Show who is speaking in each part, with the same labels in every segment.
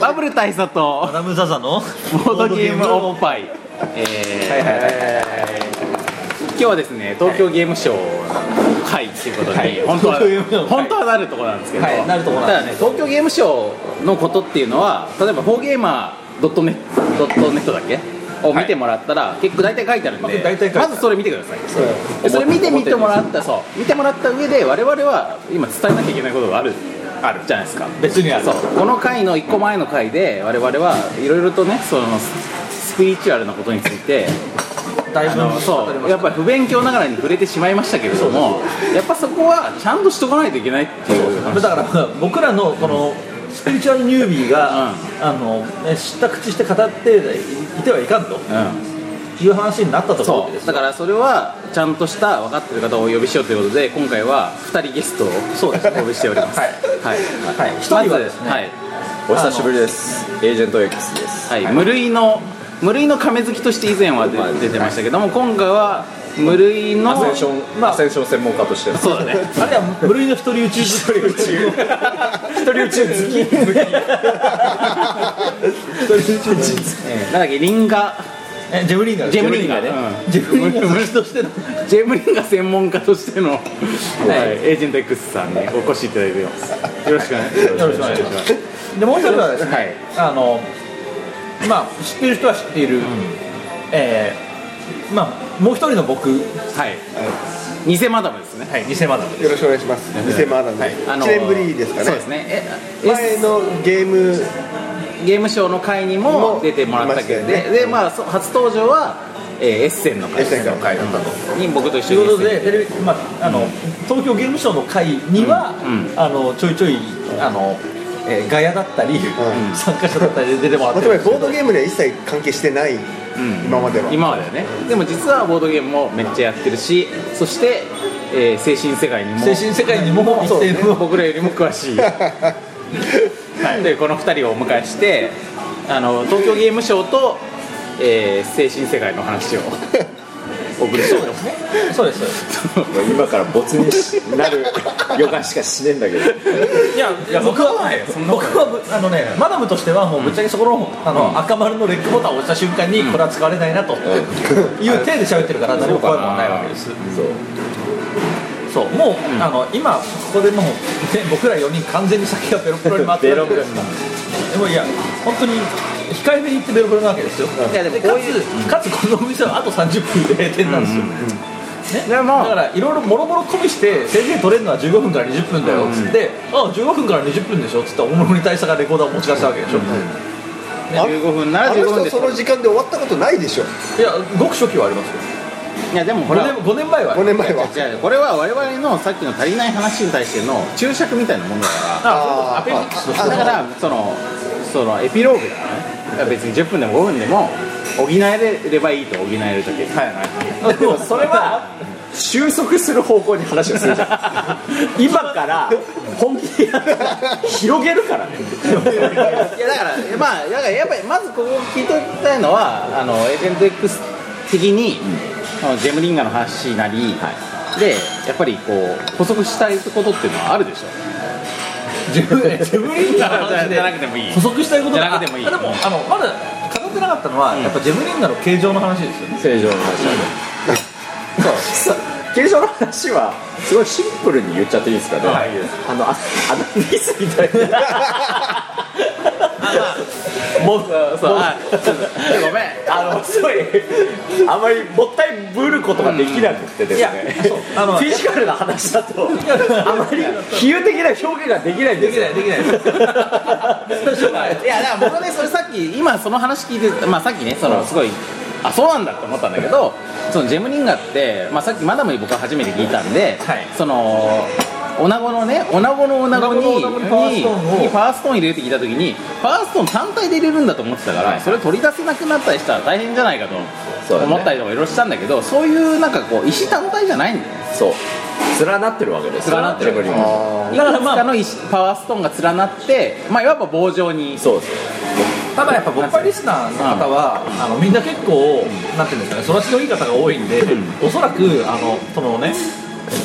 Speaker 1: ダブル大佐
Speaker 2: マ
Speaker 1: と
Speaker 2: ダムザザ
Speaker 1: ボ
Speaker 2: の
Speaker 1: ードゲームおっぱい、えー
Speaker 3: はいはいはい
Speaker 1: 今日はですね東京ゲームショウの会っていうことで、
Speaker 3: はい
Speaker 1: 本当は
Speaker 2: 東京ゲームショウの会
Speaker 1: 本当はなるところなんですけど、
Speaker 3: はい
Speaker 2: なるとこなんで
Speaker 1: た
Speaker 2: す
Speaker 1: だね東京ゲームショウのことっていうのは例えば「フォーゲーマー .net」ドットネットだっけを見てもらったら、結構大体書いてあるん
Speaker 2: まあ大体書い
Speaker 1: で
Speaker 2: てあ
Speaker 1: ま
Speaker 2: る
Speaker 1: ずそれ見てください
Speaker 2: そう
Speaker 1: でそれ見てみてもらったそう見てもらった上で我々は今伝えなきゃいけないことがあるあるじゃないですか
Speaker 2: 別にある
Speaker 1: そうこの回の1個前の回で我々はいろいろとねそのススピリチュアルなことについ て
Speaker 2: だい
Speaker 1: あ
Speaker 2: ぶ
Speaker 1: の
Speaker 2: 語
Speaker 1: そ
Speaker 2: りま
Speaker 1: う
Speaker 2: し
Speaker 1: や
Speaker 2: た
Speaker 1: っぱり不勉強ながらに触れてしまいましたけれどもやっぱそこはちゃんとしとかないといけないっていう
Speaker 2: だから僕らのこのスピリチュアルニュービーが、
Speaker 1: うん
Speaker 2: あのね知った口して語っていてはいかんと
Speaker 1: うん、
Speaker 2: いう話になったとこ
Speaker 1: そ
Speaker 2: ろで
Speaker 1: う
Speaker 2: す
Speaker 1: だからそれはちゃんとした分かってる方をお呼びしようということで今回は2人ゲストを
Speaker 2: そうです
Speaker 1: お呼びしております
Speaker 2: はい
Speaker 1: はい
Speaker 2: はい一人は
Speaker 1: まず
Speaker 2: ですね
Speaker 1: はい
Speaker 3: お久しぶりですエージェント X です
Speaker 1: はい、無類の無類の亀好きとして以前は出出てましたけども今回は無類の
Speaker 3: アセンション、
Speaker 2: まあ
Speaker 3: アセンション専門家として
Speaker 1: そうだ ね
Speaker 2: あれは無類の一人宇宙ず
Speaker 3: 一人宇宙一人宇宙好き
Speaker 1: なんだっけリンガ
Speaker 2: えジェムリンガー
Speaker 1: ジェムリンガね
Speaker 2: ね、ジェムリンガーとしての
Speaker 1: ジェムリンガ専門家としての、はい
Speaker 2: い
Speaker 1: エージェント X さんにお越しいただいてますよろしくお願いします
Speaker 2: よろしくお願いしますでもう一人はですね、
Speaker 1: はい
Speaker 2: あのまあ知ってる人は知っている、えーまあもう一人の僕
Speaker 1: はい、偽マダムですね
Speaker 2: はい偽マダム
Speaker 4: よろしくお願いします。店マーダムです。一、
Speaker 1: あの
Speaker 4: 年ぶりですかね。
Speaker 1: そうですねえ
Speaker 4: 前のゲーム
Speaker 1: ゲームショーの回にも
Speaker 4: も
Speaker 1: 出てもらったけど、
Speaker 4: いましたよ
Speaker 1: ででまあそう初登場は、えーエッセンの回
Speaker 4: エッセンの回だったと。
Speaker 1: に僕と一
Speaker 2: と
Speaker 1: 緒
Speaker 2: い
Speaker 1: に
Speaker 2: うことで、テレビ、まあ、あの、東京ゲームショウの会には、
Speaker 1: うん
Speaker 2: あの、ちょいちょい、あの。えーガヤだったり、
Speaker 4: ん
Speaker 2: 参加者だったりで出てもらって
Speaker 4: まあ、つまり
Speaker 2: る
Speaker 4: ボードゲームには一切関係してない、
Speaker 1: うん
Speaker 4: 今までは。
Speaker 1: 今まではねでも実はボードゲームもめっちゃやってるしそして、えー精神世界にも
Speaker 2: 精神世界にも一
Speaker 1: そう
Speaker 2: 定
Speaker 1: ね
Speaker 2: の、
Speaker 1: 僕らよりも詳 しい、はい、でこの2人をお迎えしてあの東京ゲームショウと、えー精神世界の話 をお送りしようと
Speaker 2: そうですそうです
Speaker 3: 今から没になる予感しかしねえんだけど
Speaker 2: いやいや僕は僕はあのねマダムとしてはもうぶっちゃけそこの,、あの赤丸のレックボタンを押した瞬間に、これは使われないなと、いう体で喋ってるから何も怖いもんないわけですそうもう、あの今ここでもう、ね、僕ら4人完全に先がベロベロに回ってるわけですからでもいや本当に控えめに言ってベロベロなわけですよ
Speaker 1: いやでも
Speaker 2: か
Speaker 1: こういう
Speaker 2: つかつこのお店はあと30分で閉店なんですよ、ね、
Speaker 1: でも
Speaker 2: だからいろいろもろもろ込みして制限取れるのは15分から20分だよっつって、ああ15分から20分でしょっつっておもむろに大佐がレコーダーを持ち出したわけでしょ、
Speaker 4: あ
Speaker 1: 15分なら
Speaker 4: あ
Speaker 1: 15
Speaker 4: の
Speaker 1: 分で
Speaker 4: 人その時間で終わったことないでしょ。
Speaker 2: いやごく初期はありますよ
Speaker 1: いやでもほら
Speaker 2: 5年 ,5 年前は
Speaker 4: 5年前は。
Speaker 1: じゃあこれは我々のさっきの足りない話に対しての注釈みたいなものだか
Speaker 2: ああアペンディックスの
Speaker 4: あ
Speaker 1: らだからそのそのエピローグだからね別に10分でも5分でも補えればいいと補えるだけはい
Speaker 2: でも それは
Speaker 3: 収束する方向に話をするじゃ ん今から本気でやったら広げるから ね
Speaker 1: いやだからまあだからやっぱりまずここ聞いておきたいのはあのエージェント X 的に、あのジェムリンガの話なり、でやっぱりこう補足したいことっていうのはあるでしょ
Speaker 2: 自分自分リンガーの話で
Speaker 1: じゃなくてもいい
Speaker 2: 補足したいこと
Speaker 1: じゃなくてもいい
Speaker 2: あでもあのまだ語ってなかったのは、やっぱジェムリンガーの形状の話ですよね
Speaker 3: 正常の話そう形状の話はすごいシンプルに言っちゃっていいですかね、
Speaker 2: はいいいです
Speaker 3: あのあアナリスみたいな
Speaker 2: も
Speaker 1: そうあそうそうごめん
Speaker 3: あのすごいあまりもったいぶることができなくてですね、
Speaker 2: うんいやそうあの
Speaker 3: フィジカルな話だと
Speaker 2: や
Speaker 3: あまり比喩的な表現ができないん
Speaker 2: で
Speaker 3: で
Speaker 2: き
Speaker 3: すよ
Speaker 2: ないできない ですしょうがない
Speaker 1: いやだから僕ねそれさっき今その話聞いて、まあ、さっきねそのすごいあそうなんだって思ったんだけどそのジェムリンガって、まあ、さっきマダムに僕は初めて聞いたんで、
Speaker 2: はい
Speaker 1: その女子のね女子の女子に
Speaker 2: 女子の女子にパワーストーンを
Speaker 1: にパワーストーン入れるって聞いた時にパワーストーン単体で入れるんだと思ってたから、それ取り出せなくなったりしたら大変じゃないかと
Speaker 3: そうだね
Speaker 1: 思ったりとかいろいろしたんだけどそういうなんかこう石単体じゃないんだよね
Speaker 3: そう連なってるわけです
Speaker 1: 連なってる
Speaker 3: ジェブリン
Speaker 4: あ
Speaker 1: いく
Speaker 2: だから
Speaker 1: つ
Speaker 2: まあ
Speaker 1: かの石パワーストーンが連なって、まあ、いわば棒状に
Speaker 3: そうです
Speaker 2: ただやっぱ僕はリスナーの方は、あのみんな結構、なんていうんですかね育ちのいい方が多いんで、おそらくあのそのね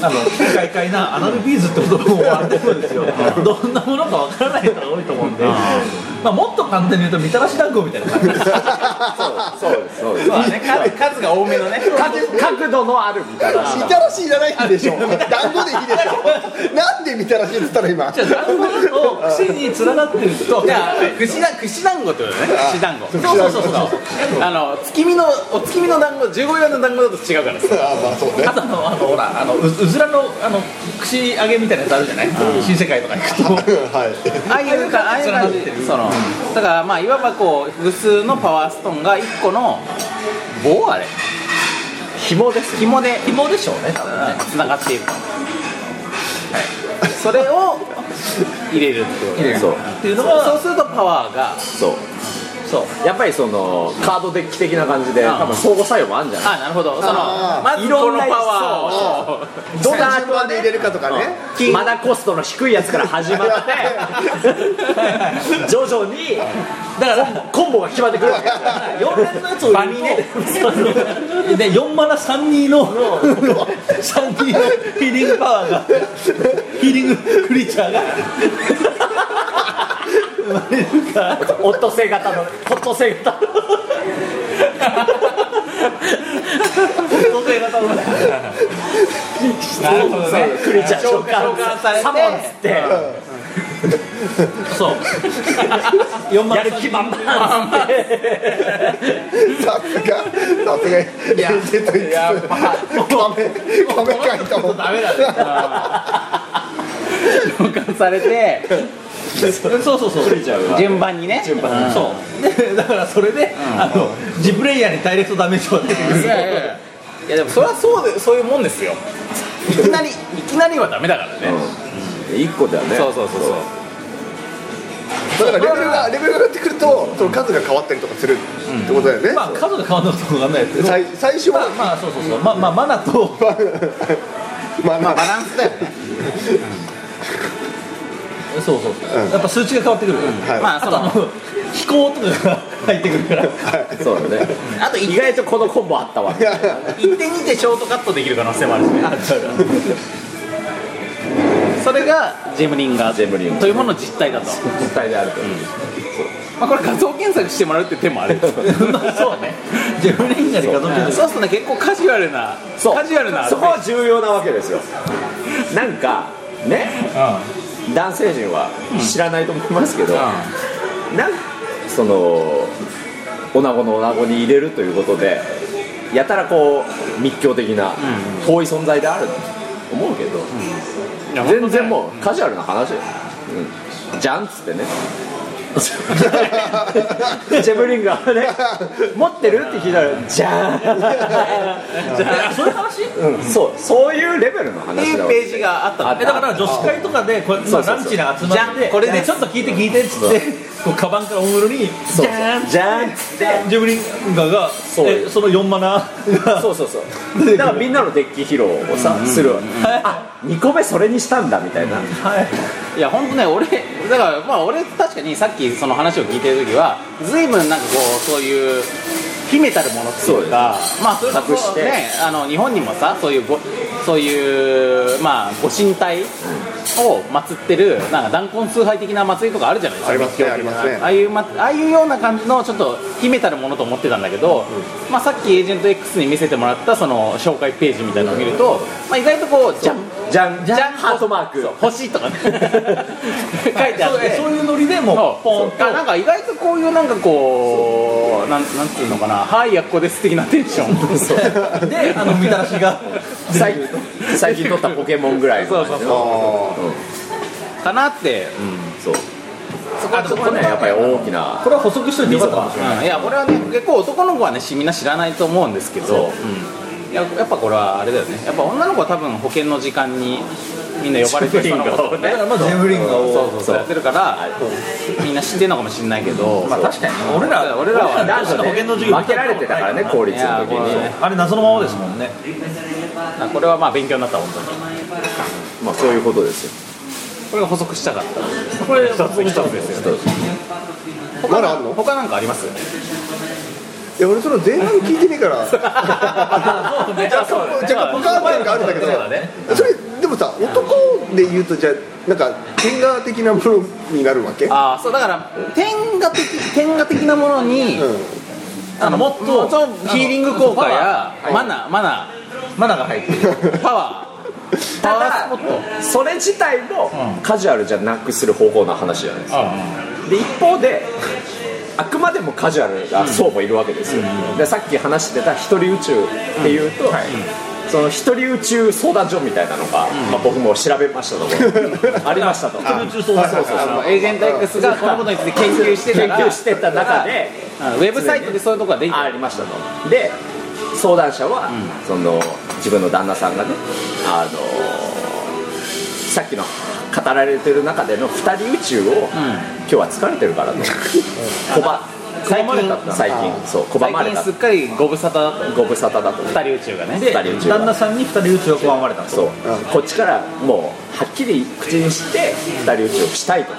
Speaker 2: あの非快快なアナルビーズってこともあるんですよどんなものかわからない人が多いと思うんで、まあ、もっと簡単に言うとみたらし団子みたいな感じ です
Speaker 5: そうですそうです
Speaker 1: そうだね数数が多めのね
Speaker 3: 角角度のあるみたいな
Speaker 4: みたらしいらないんでしょ団子でいいでしょなんでみたらしいっつったら今
Speaker 2: じゃあ団子だと串に連なってると
Speaker 1: じゃあ串だ串団子ってことだね串団子
Speaker 2: そうそうそうそう
Speaker 1: あの月見のお月見の団子15秒の団子だと違うからさ
Speaker 4: あまあそうね
Speaker 2: あとあのあのほらあのううずらのあの串揚げみたいなやつあるじゃない新世界とか行くと
Speaker 4: はい
Speaker 1: ああいうかああいう感じそのだからまあいわばこう複数のパワーストーンが1個の棒あれ紐です紐で
Speaker 2: 紐でしょうね多分ね
Speaker 1: つながっていると、はい、それを入れるってことです
Speaker 5: そう
Speaker 2: っていうの
Speaker 1: そうそ
Speaker 2: が
Speaker 1: うするとパワーが
Speaker 5: そう
Speaker 2: そう
Speaker 5: やっぱりそのカードデッキ的な感じで
Speaker 1: うん
Speaker 5: 多分相互作用もあるんじゃない
Speaker 1: あなるほどその
Speaker 4: あー
Speaker 1: まずこのパワーを
Speaker 4: どんな順番で入れるかとかね
Speaker 1: 金
Speaker 5: まだコストの低いやつから始まって 徐々にだからコンボが決まってくるわけですよ
Speaker 2: 4連のやつを
Speaker 1: バニね
Speaker 2: で4マナ32の32のヒーリングパワーがヒーリングクリーチャーが
Speaker 5: オットセイ型のオットセイ 型の
Speaker 2: 女性型のなるほどね
Speaker 5: クリーチャー召喚
Speaker 1: 召喚されて
Speaker 5: サモンっつって
Speaker 2: そう4マ
Speaker 5: やる気満々っつって
Speaker 4: さすがさすが演じと言い
Speaker 1: や
Speaker 4: つつカメカメ描いたもん
Speaker 2: ダメだね
Speaker 1: 召喚されて
Speaker 2: そうそうそう
Speaker 1: 順番にねうん
Speaker 2: そうでだからそれで、あのジプレイヤーにダイレクトダメージを出てくる
Speaker 1: いやいやいやいやでもそれはそうでそういうもんですよいきなりいきなりはダメだからね、
Speaker 5: 一個だよね
Speaker 1: そうそうそうそう
Speaker 4: だからレベルがレベルが上がってくるとその数が変わったりとかするってことだよね、
Speaker 2: まあ数が変わるのと分かんないですけど
Speaker 4: 最最初
Speaker 2: まあ
Speaker 4: は
Speaker 2: まあそうそうそうまあまあマナと
Speaker 4: まあ
Speaker 1: ま
Speaker 4: まあ
Speaker 1: あバランスだよね、
Speaker 2: そうそう、
Speaker 4: うん
Speaker 2: やっぱ数値が変わってくる、
Speaker 4: はい
Speaker 1: まあ
Speaker 2: あ
Speaker 1: そ
Speaker 2: とあ
Speaker 1: の
Speaker 2: の飛行とかが入ってくるから
Speaker 5: そうだね
Speaker 1: あと
Speaker 5: 意
Speaker 1: 一
Speaker 5: 外とこのコンボあったわ
Speaker 1: 一点二でショートカットできる可能性もあるしねそれがジェムリンガー
Speaker 5: ジェムリンガー
Speaker 1: というものの実態だと、
Speaker 5: 実態であると
Speaker 1: まあ、これ画像検索してもらうって手もある
Speaker 2: まあそうねジェフリンガーで画像検索
Speaker 1: そうするとね結構カジュアルな
Speaker 5: そう
Speaker 1: カジュアルな
Speaker 5: そこは重要なわけですよなんかね男性陣は知らないと思いますけど、なんその女子の女子に入れるということでやたらこう密教的な遠い存在であると思うけど、全然もうカジュアルな話だよ、うんじゃんっつってね ジェブリンガーね持ってるって聞いたらじゃんじゃん
Speaker 2: そういう話
Speaker 5: うんそうそういうレベルの
Speaker 1: ってい
Speaker 5: 話だ
Speaker 1: う
Speaker 5: わ
Speaker 1: ペ
Speaker 5: け
Speaker 1: ージがあったの
Speaker 2: えだから女子会とかでこうまあ
Speaker 5: そうそうそう
Speaker 2: ランチに集まってじゃ
Speaker 1: これで
Speaker 2: ちょっと聞いて聞いてっつってこうカバンからおもむろに
Speaker 5: そうそうじゃんっつって
Speaker 2: ジェフリンガーが
Speaker 5: そう
Speaker 2: えその4マナが
Speaker 5: そうそうそうだからみんなのデッキ披露をさするわけあ2個目それにしたんだみたいな
Speaker 2: はい
Speaker 1: いや本当ね俺だからまあ俺確かにさっきその話を聞いてる時は随分なんかこうそういう秘めたるものっていうかまあそれこ
Speaker 5: 隠し
Speaker 1: そ
Speaker 5: て
Speaker 1: ねあの日本にもさそういうごそういうまあご神体を祀ってるなんか弾魂崇拝的な祭りとかあるじゃないですか
Speaker 4: ありますね
Speaker 1: 仏教的な
Speaker 4: ありますね
Speaker 1: ああいうまああいうような感じのちょっと秘めたるものと思ってたんだけど、まあさっきエージェント X に見せてもらったその紹介ページみたいなのを見ると、まあ意外とこうじゃん
Speaker 5: じゃん
Speaker 1: じゃん
Speaker 5: ハートマーク
Speaker 1: 星とかね 書いてあっ
Speaker 2: そうえ
Speaker 1: て
Speaker 2: そういうノリでもうポンと
Speaker 1: あなんか意外とこういうなんかこうなんなんていうのかなはいやっこです的なテンションそう
Speaker 2: であのみたらしが
Speaker 5: 最近最近撮ったポケモンぐらいの
Speaker 1: そうそうそう
Speaker 4: あ
Speaker 1: かなって、
Speaker 5: そうそこはちょっとねやっぱり大きな
Speaker 2: これは補足しといてよかったかもしれない
Speaker 1: うんいやこれはね結構男の子はねみんな知らないと思うんですけど、うんいややっぱこれはあれだよねやっぱ女の子は多分保険の時間にみんな呼ばれてる人のことをね
Speaker 2: だからまあジェフリンガー
Speaker 1: そう
Speaker 2: を
Speaker 1: そうそうやってるからみんな知ってるのかもしれないけど、まあ、
Speaker 2: 確かに俺ら
Speaker 1: 俺らは
Speaker 5: 男子の保険の授業負けられてたからね公立の時
Speaker 1: いやもう
Speaker 5: に
Speaker 1: ね
Speaker 2: あれ謎のままですもんね
Speaker 1: これはまあ勉強になった本当に
Speaker 5: まあそういうことですよ
Speaker 1: これが補足したかったこれ一つ一つですよね
Speaker 4: あまだあんの
Speaker 1: 他なんかあり ます
Speaker 4: いや俺その前半 聞いてねえから
Speaker 1: そうね
Speaker 4: 若干若干ポカーンってなんかあるんだけど
Speaker 2: そうだね
Speaker 4: それでもさ男で言うとじゃあなんか天下的なものになるわけうん
Speaker 1: ああそうだから天下的天下的なものに、あのもっとヒーリング効果やマナーマナ
Speaker 2: マナが入ってる
Speaker 1: ー パワーパワースポット
Speaker 5: それ自体も
Speaker 2: うん
Speaker 5: カジュアルじゃなくする方法な話じゃないですかで一方であくまでもカジュアルが層もいるわけですよ、でさっき話してた一人宇宙っていうと、その一人宇宙相談所みたいなのが、まあ、僕も調べました ところありましたと
Speaker 2: 空中操作そうそう
Speaker 1: あのエージェント X がこのことについて研究してた
Speaker 5: 研
Speaker 1: ら
Speaker 5: 究してた中で
Speaker 1: うんウェブサイトでそういうとこができ
Speaker 5: あ
Speaker 1: た
Speaker 5: りましたとで相談者は、その自分の旦那さんがねあのさっきの語られてる中での二人宇宙を、今日は疲れてるからと拒ま
Speaker 1: 最近
Speaker 5: 最近そう拒ま
Speaker 1: 最
Speaker 5: れ
Speaker 1: 近
Speaker 5: た
Speaker 1: すっかりご無沙汰だっ
Speaker 5: ご無沙汰だと
Speaker 1: た二人宇宙がね
Speaker 2: で
Speaker 5: 二人宇宙が
Speaker 2: 旦那さんに二人宇宙が拒まれたんです
Speaker 5: そうこっちからもうはっきり口にして二人宇宙をしたいと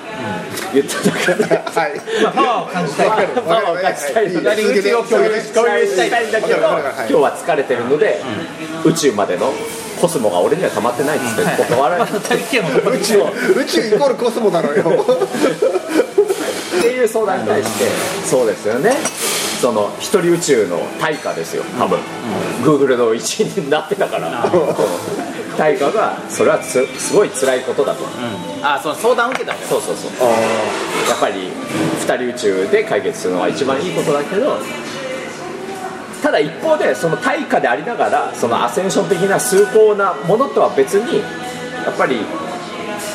Speaker 5: 言った中 で
Speaker 4: はい
Speaker 2: まあパワーを感じたい
Speaker 4: わかるわかる
Speaker 5: パワーを感じたい
Speaker 4: はいはい
Speaker 5: 左
Speaker 4: 続けて
Speaker 1: 口を共有し
Speaker 5: 共有したいんだけ
Speaker 4: わ
Speaker 5: ど、
Speaker 4: かるわか
Speaker 5: 今
Speaker 4: る
Speaker 5: 日は疲れてるので、宇宙までのコスモが俺にはたまってないっつって断られたっ
Speaker 2: 大気圏を
Speaker 4: 宇宙宇宙イコールコスモなのよ
Speaker 5: ていう相談に対して、そうですよねその一人宇宙の対価ですよ多分、Google の一員になってたから、対価がそれはつすごい辛いことだと、
Speaker 1: あその相談を受けたわけ
Speaker 5: そうそうそうやっぱり二人宇宙で解決するのが一番いいことだけどただ一方でその対価でありながらそのアセンション的な崇高なものとは別にやっぱり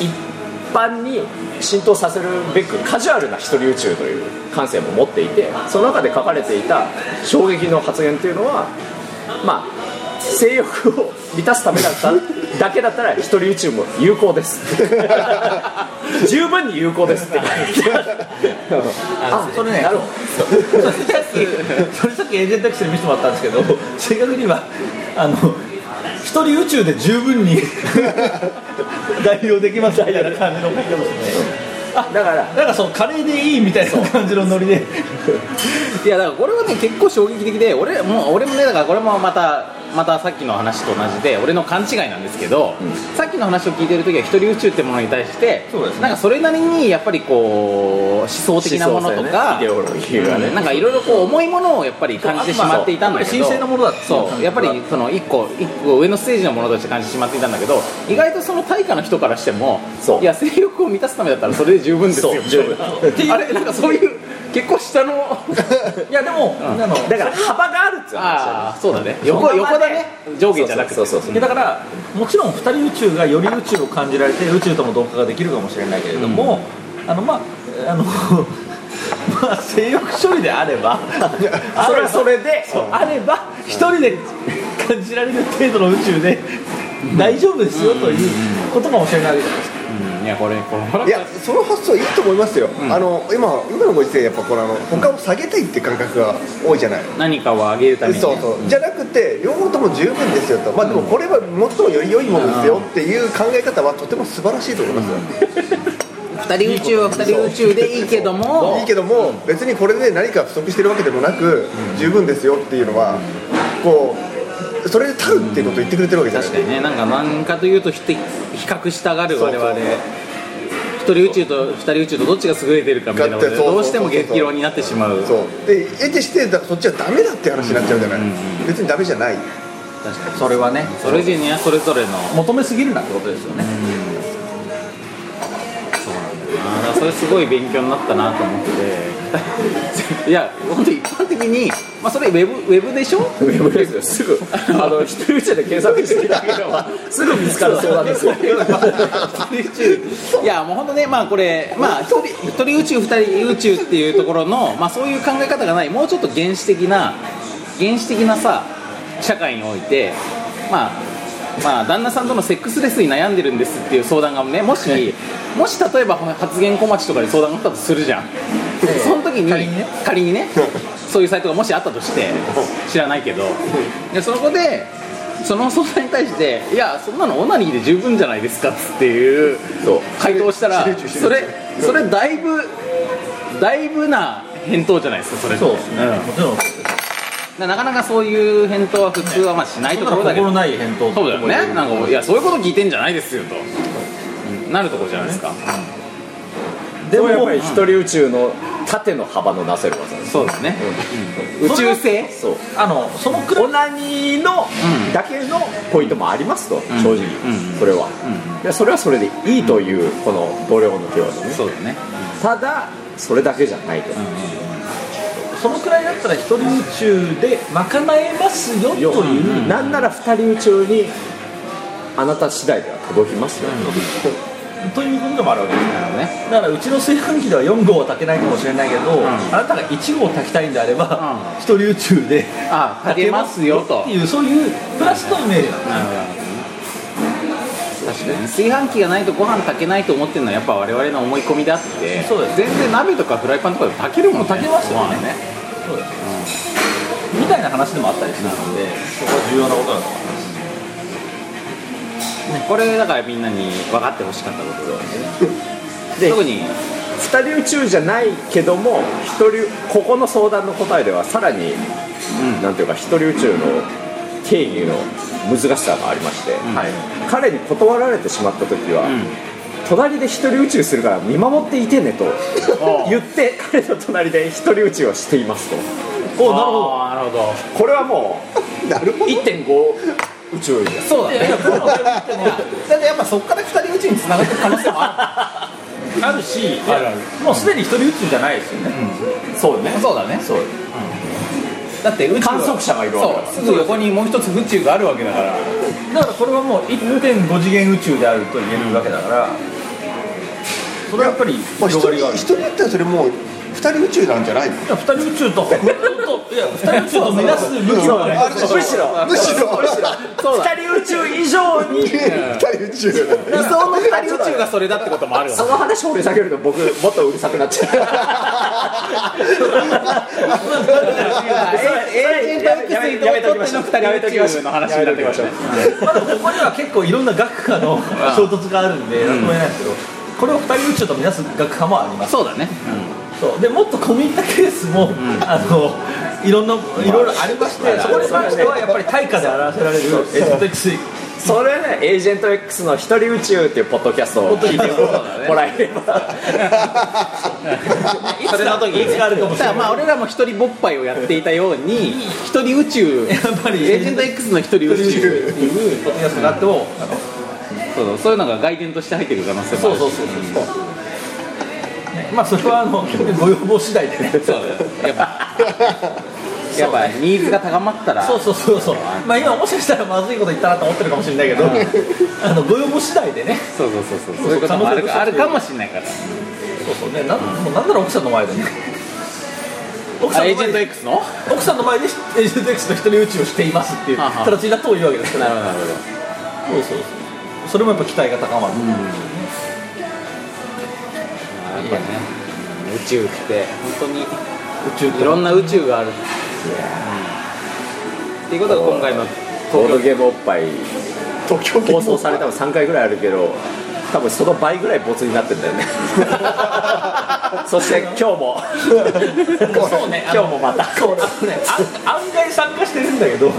Speaker 5: 一般に浸透させるべくカジュアルな一人宇宙という感性も持っていてその中で書かれていた衝撃の発言というのはまあ性欲を満たすためだっただけだったら一人宇宙も有効です 十分に有効ですって書いてあるあ
Speaker 2: それね
Speaker 5: なるほ
Speaker 2: そうさっきそれさっきエージェント X に見せてもらったんですけど正確にはあの一人宇宙で十分に代用できますみたいな感じの書き方ですね
Speaker 5: どだから
Speaker 2: なんかそうカレーでいいみたいな感じのノリで
Speaker 1: いやだからこれはね結構衝撃的で俺もう俺もねだからこれもまたまたさっきの話と同じで俺の勘違いなんですけど、さっきの話を聞いてる時は一人宇宙ってものに対して
Speaker 2: そうですね
Speaker 1: なんかそれなりにやっぱりこう思想的なものとか、
Speaker 5: 思想性ねイデオロギーがね
Speaker 1: うんなんかいろいろこう重いものをやっぱり感じてしまっていたんだけど
Speaker 2: まあそうやっぱり神聖なものだっていう
Speaker 1: そうやっぱりその一個一個上のステージのものとして感じてしまっていたんだけど意外とその対価の人からしても
Speaker 5: そう
Speaker 1: いや性欲を満たすためだったらそれで十分ですよ
Speaker 5: そう十分
Speaker 1: あれなんかそういう結構下の
Speaker 2: いやでも、あの
Speaker 5: だから幅があるっつう話だね
Speaker 1: ああそうだね横横だね上下じゃなくて
Speaker 5: そうそうそう
Speaker 2: いやだからもちろん二人宇宙がより宇宙を感じられて宇宙とも同化ができるかもしれないけれども、あのまああの まあ性欲処理であれ ば
Speaker 5: それはそれで
Speaker 2: そうあれば一人で感じられる程度の宇宙で大丈夫ですよということかもしれないわけじゃないですか
Speaker 1: うんいやこれこの
Speaker 4: いやその発想いいと思いますよ、あの今今のご時世やっぱこのあの他を下げたいって感覚が多いじゃない
Speaker 1: 何かを上げるためにね
Speaker 4: そうそうじゃなくて両方とも十分ですよと、まあ、でもこれは最もより良いものですよっていう考え方はとても素晴らしいと思いますよ、
Speaker 1: 二人宇宙は二人宇宙でいいけども
Speaker 4: いいけども、別にこれで何か不足してるわけでもなく、十分ですよっていうのはこうそれで足るっていうことを言ってくれてるわけじゃない
Speaker 1: 確かにねなんか何かというとひて比較したがる我々
Speaker 4: そうそう
Speaker 1: 一人宇宙と二人宇宙とどっちが優れてるかみたいなことで
Speaker 4: だってそう
Speaker 1: どうしても激論になってしまう
Speaker 4: そうで得てしてだそっちはダメだって話になっちゃうじゃない、別にダメじゃない
Speaker 1: 確かに
Speaker 2: それはね
Speaker 1: それぞれにはそれぞれの
Speaker 2: 求めすぎるなってことですよね
Speaker 1: あーだからそれすごい勉強になったなと思ってて いや本当一般的に、まあ、それウェブウェブでしょ
Speaker 5: ウェブですよすぐあの一人宇宙で検索してみたけどすぐ見つかる相談ですよ
Speaker 1: いやもう本当ねまあこれまあ一人一人宇宙二人宇宙っていうところのまあそういう考え方がないもうちょっと原始的な原始的なさ社会においてまあまあ旦那さんとのセックスレスに悩んでるんですっていう相談がねもしもし例えば発言小町とかで相談があったとするじゃん、 その時に
Speaker 2: 仮にね
Speaker 1: 仮 にねそういうサイトがもしあったとして知らないけどでその子でその相談に対して「いやそんなのオナニーで十分じゃないですか」っていう
Speaker 5: そう
Speaker 1: 回答したら
Speaker 4: 知れ知れ知れ
Speaker 1: それそれだいぶだいぶな返答じゃないですかそれ
Speaker 2: そうですね、もちろん
Speaker 1: でなかなかそういう返答は普通はまあしないところだけど
Speaker 2: 心ない返答
Speaker 1: そうだよねなんかいやそういうこと聞いてんじゃないですよと、なるとこじゃないですか
Speaker 5: でもやっぱり一人宇宙の縦の幅のなせる技です
Speaker 1: そうですね、
Speaker 5: 宇
Speaker 1: 宇宙性
Speaker 5: そう
Speaker 2: あのそのくらい
Speaker 5: オナニーの
Speaker 1: うん
Speaker 5: だけのポイントもありますと、
Speaker 1: ん
Speaker 5: 正
Speaker 1: う
Speaker 5: 直、
Speaker 1: ん
Speaker 5: それは、いやそれはそれでいいという、この度量の強さね
Speaker 1: そうだね
Speaker 5: ただそれだけじゃないと、
Speaker 2: そのくらいだったら一人宇宙で賄えますよという
Speaker 5: よなんなら二人宇宙にあなた次第では届きますよ、
Speaker 2: ということでもあるわけですね
Speaker 1: なるほどね
Speaker 2: だからうちの炊飯器では4号は炊けないかもしれないけど、あなたが1号炊きたいんであれば、
Speaker 1: う
Speaker 2: 一人宇宙で
Speaker 1: あかけますよと
Speaker 2: っていうそういうプラスのイメージなんで
Speaker 1: なるほど確かに炊飯器がないとご飯炊けないと思ってるのはやっぱ我々の思い込みであって
Speaker 2: そうです
Speaker 1: 全然鍋とかフライパンとかで炊けるもん、ね、
Speaker 2: 炊けますよね
Speaker 1: ご飯ね
Speaker 2: すそうです、みたいな話でもあったりするのでそこは重要なことだと思います
Speaker 1: これだからみんなに分かってほしかったことで
Speaker 5: で
Speaker 1: 特に
Speaker 5: 二人宇宙じゃないけども一人ここの相談の答えではさらに、なんていうか一人宇宙の定義の難しさがありまして、彼に断られてしまった時は、隣で一人宇宙するから見守っていてねと言って彼の隣で一人宇宙をしていますと
Speaker 2: おなるほど
Speaker 1: あーなるほど
Speaker 5: これはも
Speaker 4: なるほ
Speaker 5: う
Speaker 4: ど
Speaker 5: 1.5宇宙です
Speaker 2: そうだね
Speaker 1: だってやっぱそこから二人宇宙につながってる可能性もあ
Speaker 2: あるしもうすでに一人宇宙じゃないですよね、
Speaker 5: そうね
Speaker 1: るそうだねそう、だって宇宙は
Speaker 5: 観測者がいるわけだから
Speaker 1: そうすぐ横にもう一つ宇宙があるわけだから
Speaker 2: だからこれはもう1.5次元宇宙であると言えるわけだから、それはやっぱり
Speaker 4: まあ一
Speaker 2: 広が
Speaker 4: 人
Speaker 2: りがある
Speaker 4: 一人だったらそれもう二人宇宙なんじゃないの
Speaker 2: いや二人宇宙といや二人宇宙と目指す向きはね
Speaker 4: あそうそう
Speaker 5: むしろ
Speaker 4: むしろ
Speaker 5: 二人宇宙以上に
Speaker 4: 二人宇宙
Speaker 1: 理想の二人宇宙がそれだってこともあるよね
Speaker 5: その話掘り下げると僕もっとうるさくなっちゃう
Speaker 1: エージェント X にとっての二人宇宙の話になってきましたね
Speaker 2: まだここには結構いろんな学科の衝突があるんで何とも言えないですけど、これを二人宇宙と目指す学科もあります
Speaker 1: そうだね
Speaker 2: そうでもっと込み入ったケースも、あのいろんないろいろありまして、そこに関してはやっぱり対価で表せられるエジプト X
Speaker 5: それねエージェント X の「一人宇宙」っていうポッドキャストを聞いてもらえれば
Speaker 1: それの時
Speaker 2: いつかあるかもしれない
Speaker 1: まあ俺らも一人ぼっぱいをやっていたように一人宇宙
Speaker 2: やっぱり
Speaker 1: エージェント X の一人宇宙っていう
Speaker 2: ポッドキャストがあってもあの
Speaker 1: そうそうそういうのが外伝として入ってくる可能性もある
Speaker 2: そうそうそうそうねまあそれはあのご要望次第でね
Speaker 1: そうだよやっぱやっぱニーズが高まったら
Speaker 2: そうそうそうそうまあ今もしかしたらまずいこと言ったなと思ってるかもしれないけどあのご要望次第でね
Speaker 1: そうそうそうそうそういうこともあるかあるかもしれないから
Speaker 2: そうそうねなんもうなんなら奥さんの前でね 奥さ
Speaker 1: あ
Speaker 2: ん
Speaker 1: エ
Speaker 2: の
Speaker 1: ージェ
Speaker 2: 前
Speaker 1: ント
Speaker 2: で
Speaker 1: X の
Speaker 2: 奥さんの前でエージェント X と一人打ちをしていますっていう
Speaker 1: はあはあ
Speaker 2: 形だというわけですか
Speaker 1: なる
Speaker 2: ら
Speaker 1: ほどなるほど
Speaker 2: そうそうそうそれもやっぱ期待が高まる
Speaker 1: やっぱね宇宙って本当に
Speaker 2: 宇宙
Speaker 1: いろんな宇宙があるっていうことが今回の
Speaker 5: ボードゲームおっぱい
Speaker 4: 東京
Speaker 5: 放送されたの3回ぐらいあるけど多分その倍ぐらいボツになってんだよねそして今日も
Speaker 2: そうねあの
Speaker 5: 今日もまた
Speaker 2: そうだねあ案外参加してるんだけ ど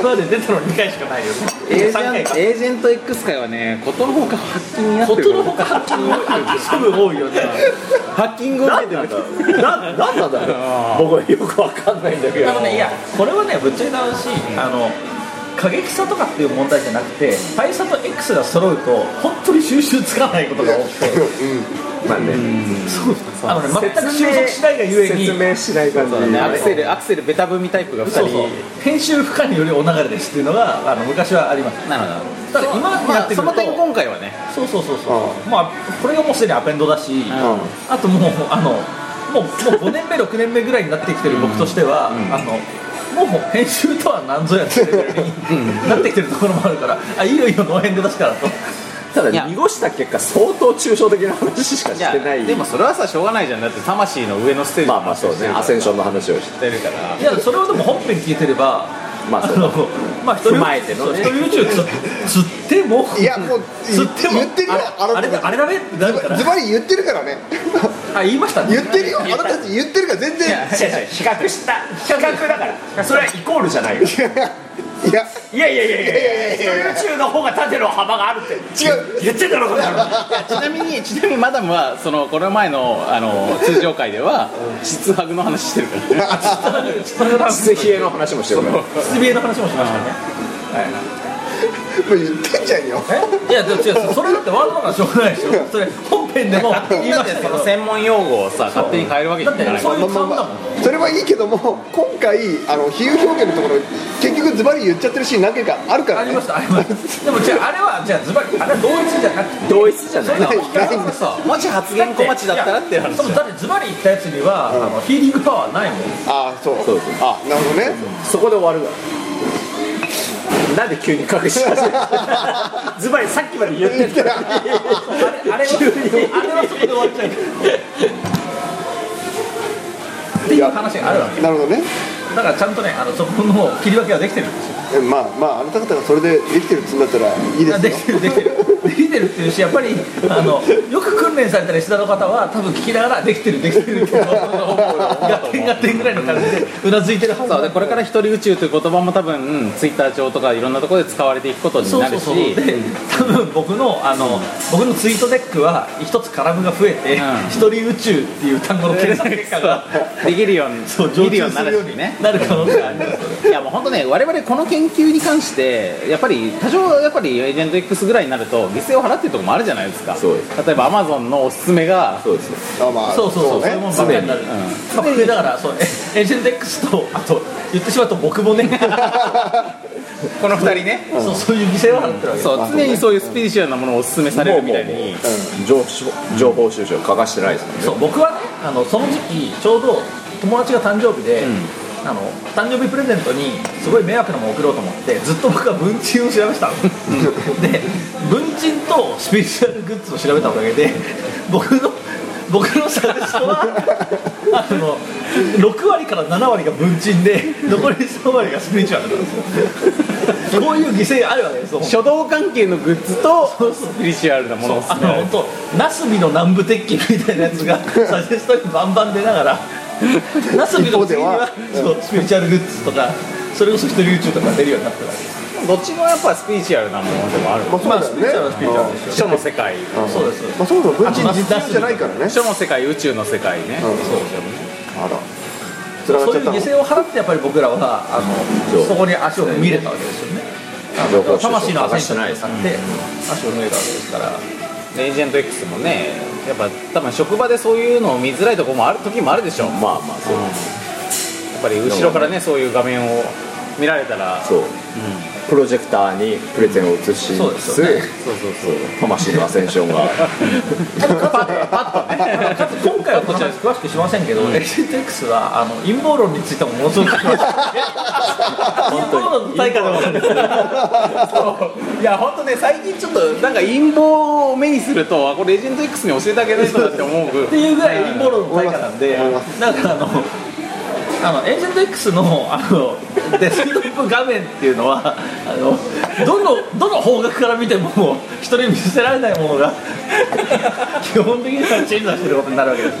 Speaker 2: 今まで出たの2回しかないよ
Speaker 1: エージ
Speaker 2: 3
Speaker 1: ェ
Speaker 2: 回
Speaker 1: ン
Speaker 2: か
Speaker 1: トエージェント X 界はねことのほかハッキングになって
Speaker 2: こ
Speaker 1: る
Speaker 2: とのほか発 揮多い多いよね
Speaker 1: ハッキングを受けてる
Speaker 5: ななんなんだろう僕よくわかんないんだけど
Speaker 2: あのねいやこれはねぶっちゃけた話あの過激さとかっていう問題じゃなくて大差と X が揃うと本当に収集つかないことが多くて
Speaker 5: まあね
Speaker 2: そうあのね全く収束しないがゆえに
Speaker 5: 説明しない感じ
Speaker 1: ねアクセルアクセルベタ踏みタイプが2人
Speaker 2: そうそう編集不可によりお流れですっていうのがあの昔はあります
Speaker 1: なるほど
Speaker 2: ただ今にな
Speaker 1: まあ
Speaker 2: って
Speaker 1: そ
Speaker 2: くる
Speaker 1: の
Speaker 2: と
Speaker 1: 点今回はね
Speaker 2: そうそうそうそうまあこれがもうすでにアペンドだし
Speaker 1: うん
Speaker 2: あともうあのもうもう5年目6年目ぐらいになってきてる僕としては、あのもう編集とは何ぞやっていうレベルになってきてるところもあるからあいいよいいよノーヘンで出すからと
Speaker 5: た
Speaker 1: いや
Speaker 5: だ濁した結果相当抽象的な話しか
Speaker 1: いや
Speaker 5: してない
Speaker 1: でもそれはさしょうがないじゃんだって魂の上のステージ
Speaker 5: まあまあそうねアセンションの話をして
Speaker 1: してるから
Speaker 2: いやそれをでも本編聞いてれば
Speaker 5: まあ
Speaker 2: あ
Speaker 5: そう
Speaker 2: のまあ一人
Speaker 5: 踏まえてのね
Speaker 2: 一人宇宙つつっても
Speaker 4: いやもう
Speaker 2: つっても
Speaker 4: 言ってるよ
Speaker 2: ああれだあれだべってなるか
Speaker 4: ズ
Speaker 2: ら
Speaker 4: バリ言ってるからね
Speaker 2: あ言いましたね
Speaker 4: 言ってるよあなたたち言ってるから全然
Speaker 5: 違う違う比較した比較だからそれはイコールじゃないよ
Speaker 4: いや
Speaker 5: いやいやいやいやい
Speaker 4: いやいやいや
Speaker 5: や一人宇宙の方が縦の幅があるって
Speaker 4: 違う
Speaker 5: 言ってんだろこの野郎
Speaker 1: ちなみにちなみにマダムはそのこの前のあの通常会では質ハグの話してるから
Speaker 5: 実際冷えの話もしてるから
Speaker 2: 失礼の話もしましたね
Speaker 4: もう言ってんじゃんよ
Speaker 2: えいやでも違うそれだってワールドならしょうがないでしょそれ本編でも言いましたけど
Speaker 1: 専門用語をさ勝手に変えるわけじ
Speaker 2: だ
Speaker 1: ゃ
Speaker 2: っ
Speaker 1: ないから
Speaker 2: てそういう
Speaker 4: まあ
Speaker 2: 勘
Speaker 4: ま
Speaker 2: だ
Speaker 4: あ
Speaker 2: もん
Speaker 4: まあそれはいいけども今回あの比喩表現のところ結局ズバリ言っちゃってるシーン何回かある
Speaker 2: あ
Speaker 4: から
Speaker 2: り
Speaker 4: ね
Speaker 2: ましたありましたでもじゃああれはじゃあズバリあれは同一じゃなくて
Speaker 5: 同一じゃない
Speaker 4: ないない
Speaker 2: それさ
Speaker 1: もし発言小町だったらっていう話
Speaker 2: そうだってズバリ言ったやつには、あのヒーリングパワーないもん
Speaker 4: ああそう
Speaker 5: そうそう
Speaker 4: あなるほどね
Speaker 5: そこで終わるわなんで急に隠し始めた ズバリさっきまで言ってたのに
Speaker 2: あれはあれはそこで終わっちゃうっていう話があるわけ
Speaker 4: なるほどね
Speaker 2: だからちゃんとねあのそこの切り分けはできてるんですよ
Speaker 4: えまあまああなた方がそれでできてるっつうんだったらいいです
Speaker 2: で
Speaker 4: よ
Speaker 2: きてるできてるできてるっていうしやっぱりあのよく訓練されたリスナーの方は多分聞きながらできてるできてるっ ていう合点合点ぐらいの感じでうなずいてるはず
Speaker 1: そうでこれから一人宇宙という言葉も多分ツイッター上とかいろんなところで使われていくことに
Speaker 2: そう
Speaker 1: な
Speaker 2: そう
Speaker 1: るし
Speaker 2: そうで多分僕のあの僕のツイートデックは一つカラムが増えて
Speaker 1: うん
Speaker 2: 「一人宇宙」っていう単語の検索結果が
Speaker 1: できるように
Speaker 2: そう
Speaker 1: でき
Speaker 2: 上
Speaker 1: るよう
Speaker 2: 級
Speaker 1: に
Speaker 2: す
Speaker 1: な
Speaker 2: る
Speaker 1: る
Speaker 2: よ
Speaker 1: し
Speaker 2: うに
Speaker 1: ね
Speaker 2: なる可能性があります
Speaker 1: いやもう本当ね我々この研究に関してやっぱり多少やっぱりエージェント X ぐらいになると犠牲を払ってるとこもあるじゃないですか
Speaker 5: そうです
Speaker 1: 例えばアマゾンのおすすめが
Speaker 5: そうです
Speaker 4: あまあ
Speaker 2: そうそうそう、そういうも
Speaker 4: ね
Speaker 2: んばっかりになる。
Speaker 1: 常
Speaker 2: まあ、これだから、そう、エージェント X と、あと、言ってしまうと、僕 もね。
Speaker 1: この2人ね
Speaker 2: そう、そういう犠牲を払ってるわけ。
Speaker 1: そう
Speaker 4: あ
Speaker 1: 常にそういうスピリチュアルなものをおすすめされるみたいに
Speaker 5: 情報情報収集を欠かしてないですもんね
Speaker 2: そう、僕はね、あの、その時期、ちょうど友達が誕生日で。あの誕生日プレゼントにすごい迷惑なものを送ろうと思ってずっと僕は文鎮を調べてたので文鎮とスピリチュアルグッズを調べたおかげで 僕の僕の探しはあの6割から7割が文鎮で残り3割がスピリチュアルなんですよこういう犠牲があるわけですよ
Speaker 1: 書道関係のグッズとスピリチュアルなものをおす
Speaker 2: あ
Speaker 1: すめ
Speaker 2: の本当ナスビの南部鉄器みたいなやつがサジェストにバンバン出ながらナスビの次にはそうスピリチュアルグッズとかそれこそ一人 YouTube とか出るようになったわけです
Speaker 1: どっちもやっぱスピリチュアルなものでもある
Speaker 4: まあそう
Speaker 2: まあ
Speaker 4: だ
Speaker 2: スピリチュアル
Speaker 4: よ
Speaker 2: はスピリ
Speaker 4: ね
Speaker 2: チュアル
Speaker 1: 書の
Speaker 2: ですよ
Speaker 1: 世界
Speaker 2: そうですそうです
Speaker 4: まあそもそも文
Speaker 2: あ
Speaker 4: 鎮
Speaker 2: と
Speaker 4: 実用じゃないからね
Speaker 1: 書の世界宇宙の世界ね
Speaker 4: うんあらつながっ
Speaker 2: そうい
Speaker 4: ちゃっ
Speaker 2: う
Speaker 4: たの
Speaker 2: 犠牲を払ってやっぱり僕らはあの
Speaker 5: そう
Speaker 2: そこに足を踏み入れたわけですよね
Speaker 5: 情報収集を
Speaker 2: 魂の
Speaker 5: 欠
Speaker 2: 汗
Speaker 5: か
Speaker 2: に
Speaker 5: して
Speaker 2: 使っ
Speaker 5: ない
Speaker 2: て
Speaker 5: です
Speaker 2: 足を踏み入れたわけですから
Speaker 1: エージェント X もねやっぱ多分職場でそういうのを見づらいとこもある時もあるでしょ
Speaker 5: まあまあそう
Speaker 1: やっぱり後ろからねそういう画面を見られたら
Speaker 5: そう、プロジェクターにプレゼンを映し
Speaker 2: そうで
Speaker 5: つ
Speaker 2: す
Speaker 5: つ、
Speaker 2: よね
Speaker 5: 魂のアセンションが
Speaker 2: かつ今回はこちらです詳しくしませんけど、エージェント X はあの陰謀論についてもものすごく詳しく
Speaker 5: 本
Speaker 2: 陰謀論の大会でもあるんですよ
Speaker 1: いや本当ね最近ちょっとなんか陰謀を目にするとあこれレジェンド X に教えてあげないとだって思う
Speaker 2: っていうぐらい陰謀論の大家なんで、
Speaker 4: 思いま
Speaker 2: なんかあの、あのエージェント X のあのデスクトップ画面っていうのは、あのどのどの方角から見ても、人に見せられないものが、基本的には鎮座してることになるわけです。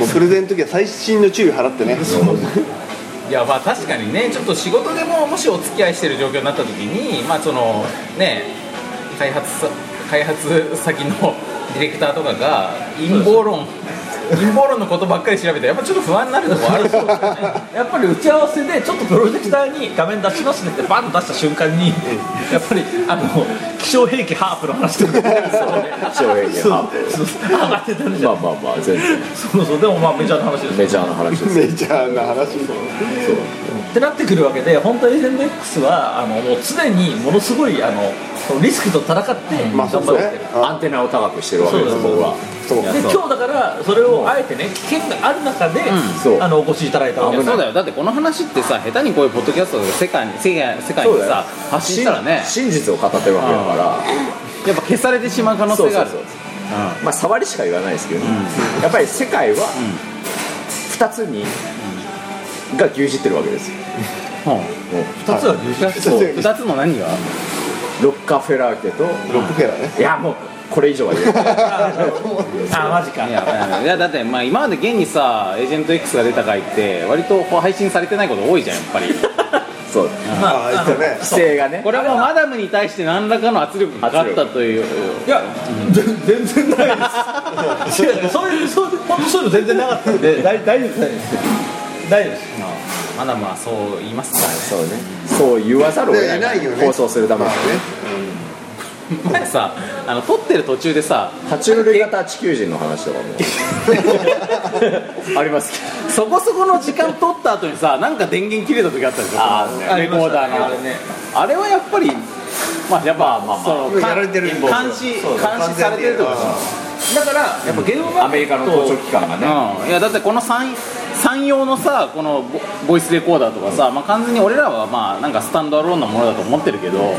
Speaker 4: もうプレゼンの時は最新の注意払ってね
Speaker 1: いやまあ確かにねちょっと仕事でももしお付き合いしてる状況になった時にまあそのね開発さ開発先の ディレクターとかが陰謀論陰謀論のことばっかり調べてやっぱちょっと不安になるとこあるそうですよね
Speaker 2: やっぱり打ち合わせでちょっとプロジェクターに画面出しますねってバンと出した瞬間にやっぱりあの気象兵器ハープの話とか出てくるんですよね
Speaker 5: 気象兵器ハ
Speaker 2: そうそう上がってたるじゃ
Speaker 5: ま
Speaker 2: ん
Speaker 5: あまあまあ全然
Speaker 2: そうそうでもまあメジャーな話です
Speaker 5: メジャーな話です
Speaker 4: メジャーな話
Speaker 2: ってなってくるわけで本当エージェント X はあのもう常にものすごいあのそのリスクと戦って
Speaker 4: まあ
Speaker 2: 頑
Speaker 4: そう
Speaker 2: 張
Speaker 4: です
Speaker 2: っ
Speaker 4: ね
Speaker 2: てる、
Speaker 5: アンテナを高くしてるわけです
Speaker 2: そうそう
Speaker 5: 僕は
Speaker 4: そう
Speaker 2: で今日だからそれをあえてね危険がある中で、
Speaker 5: そう
Speaker 2: あのお越しいただいたわ
Speaker 1: い
Speaker 2: け
Speaker 1: や
Speaker 2: です
Speaker 1: そうだよだってこの話ってさ下手にこういうポッドキャストで世界に世界世界にさ発信したらね
Speaker 5: 真実を語ってるわけだから
Speaker 1: やっぱ消されてしまう可能
Speaker 5: そ
Speaker 1: 性
Speaker 5: う
Speaker 1: が
Speaker 5: そ
Speaker 1: あ
Speaker 5: う
Speaker 1: る
Speaker 5: そうまあ触りしか言わないですけどねやっぱり世界は2つにが牛耳ってるわけですよ
Speaker 2: 2つは流出
Speaker 1: 2つの何が
Speaker 5: ロッカーフェラー家と
Speaker 4: ロックフェラーね
Speaker 5: いやもうこれ以上は言えない
Speaker 2: あマジか
Speaker 1: いやいやだってまあ今まで現にさエージェント X が出た回って割とこう配信されてないこと多いじゃんやっぱり
Speaker 5: そう
Speaker 4: ああ言ったね
Speaker 5: 規制がね
Speaker 1: これはもうマダムに対して何らかの圧力がかかったという
Speaker 2: いや、全然ないです。いやそういう、そういう、本当そういうの全然なかったんで、大大丈夫です。大丈夫です。
Speaker 1: マダムはそう言いますからね
Speaker 5: そうねそう言わざるを得
Speaker 4: ねい
Speaker 5: な
Speaker 4: ないいよね
Speaker 5: 放送するため
Speaker 4: ま
Speaker 5: に
Speaker 4: あね
Speaker 1: 前さあの撮ってる途中でさ
Speaker 5: 爬虫類型地球人の話とかもありますけど
Speaker 1: そこそこの時間撮った後にさなんか電源切れた時あったでしょ
Speaker 5: あー
Speaker 1: その
Speaker 5: ね
Speaker 1: レコーダーのあれ,、はやっぱりまあやっぱ、まあその
Speaker 4: やられてる
Speaker 1: 監視監視されてるってことでしょ
Speaker 2: だから、やっぱゲームマーケット
Speaker 5: アメリカの当直機関がね
Speaker 1: うん、いやだってこの三三用のさこのボボイスレコーダーとかさ、まあ、完全に俺らはまあなんかスタンドアローンのものだと思ってるけど、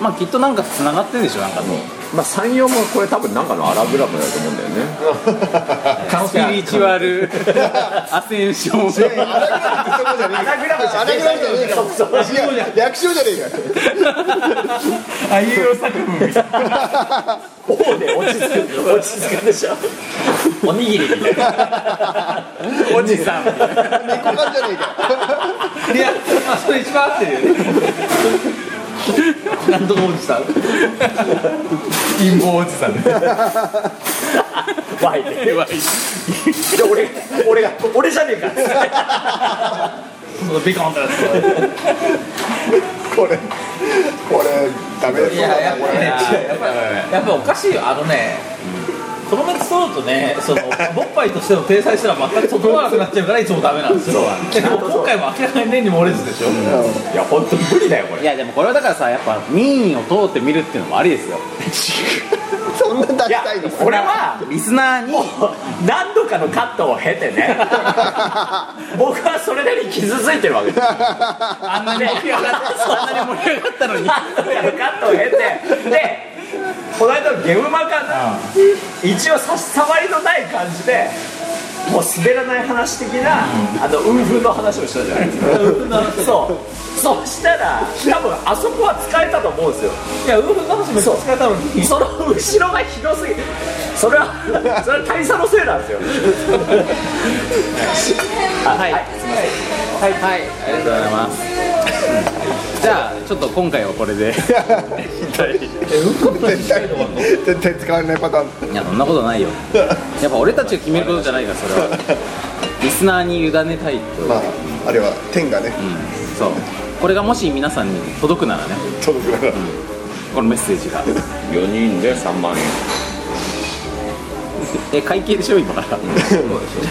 Speaker 1: まあきっとなんか繋がってるんでしょなんかと、
Speaker 5: まあ山陽もこれ多分なんかのアラブラムだと思うんだよね
Speaker 2: 可能
Speaker 1: ス
Speaker 2: 性あ
Speaker 1: ピ
Speaker 2: る
Speaker 1: リチュアルアセンション
Speaker 4: 穴グラムじゃねえか穴グラムじゃねえかいや略称じゃねえか
Speaker 2: あいうよ作文みたい
Speaker 1: おにぎりみたいなおじさん
Speaker 4: 猫缶じゃねえか
Speaker 2: な。いや、あそれ一番合ってるよね。なんとかおじ さん。陰謀おじさんね。
Speaker 5: ワイでで俺俺が俺じゃねえか
Speaker 2: そのビコンとやつ。
Speaker 4: これこれダメだ
Speaker 2: いややっぱねやっぱやっぱおかしいよあのねこのままそうとねそのボッパイとしての体裁したら全く整わなくなっちゃうからいつもダメなんですよでも今回も明らかに例に漏れずでしょ
Speaker 5: いや本当に無理だよこれ
Speaker 1: いやでもこれはだからさやっぱ民意を通ってみるっていうのもありですよ
Speaker 4: そんな出
Speaker 5: いや
Speaker 4: したいの
Speaker 5: これは
Speaker 1: リスナーに
Speaker 5: 何度かのカットを経て ね僕はそれなりに傷ついてるわけです
Speaker 1: あんなに盛り上がったあんなに盛り上がったのに
Speaker 5: 何度かのカットを経てでこの間のゲームマーカーの一応差し障りのない感じでもう滑らない話的な、あのウーフンの話をしたじゃないですかそうそうしたら多分あそこは使えたと思うんですよ
Speaker 2: いやウーフンの話も使えたのに
Speaker 5: その後ろがひどすぎそれはそれは大佐のせいなんですよ
Speaker 1: はい、はい、はい、ありがとうございます。じゃあ、ちょっと今回はこれで。い
Speaker 4: 絶対絶対使われないパターン
Speaker 1: や、そんなことないよ。やっぱ俺たちが決めることじゃないから、それは。リスナーに委ねたいと。
Speaker 4: まああれは天がね
Speaker 1: そう。これがもし皆さんに届くならね、
Speaker 4: 届くから
Speaker 1: このメッセージが。
Speaker 5: 4人で3万円
Speaker 1: え、会計でしょ、今から。 じ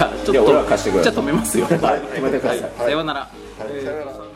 Speaker 1: ゃあ、ち
Speaker 5: いや
Speaker 1: ょっ
Speaker 5: 俺は
Speaker 1: と。
Speaker 5: 貸してくれ
Speaker 1: じゃあ、止めますよ。
Speaker 5: はい、止めてください
Speaker 1: さようなら。
Speaker 4: さよなら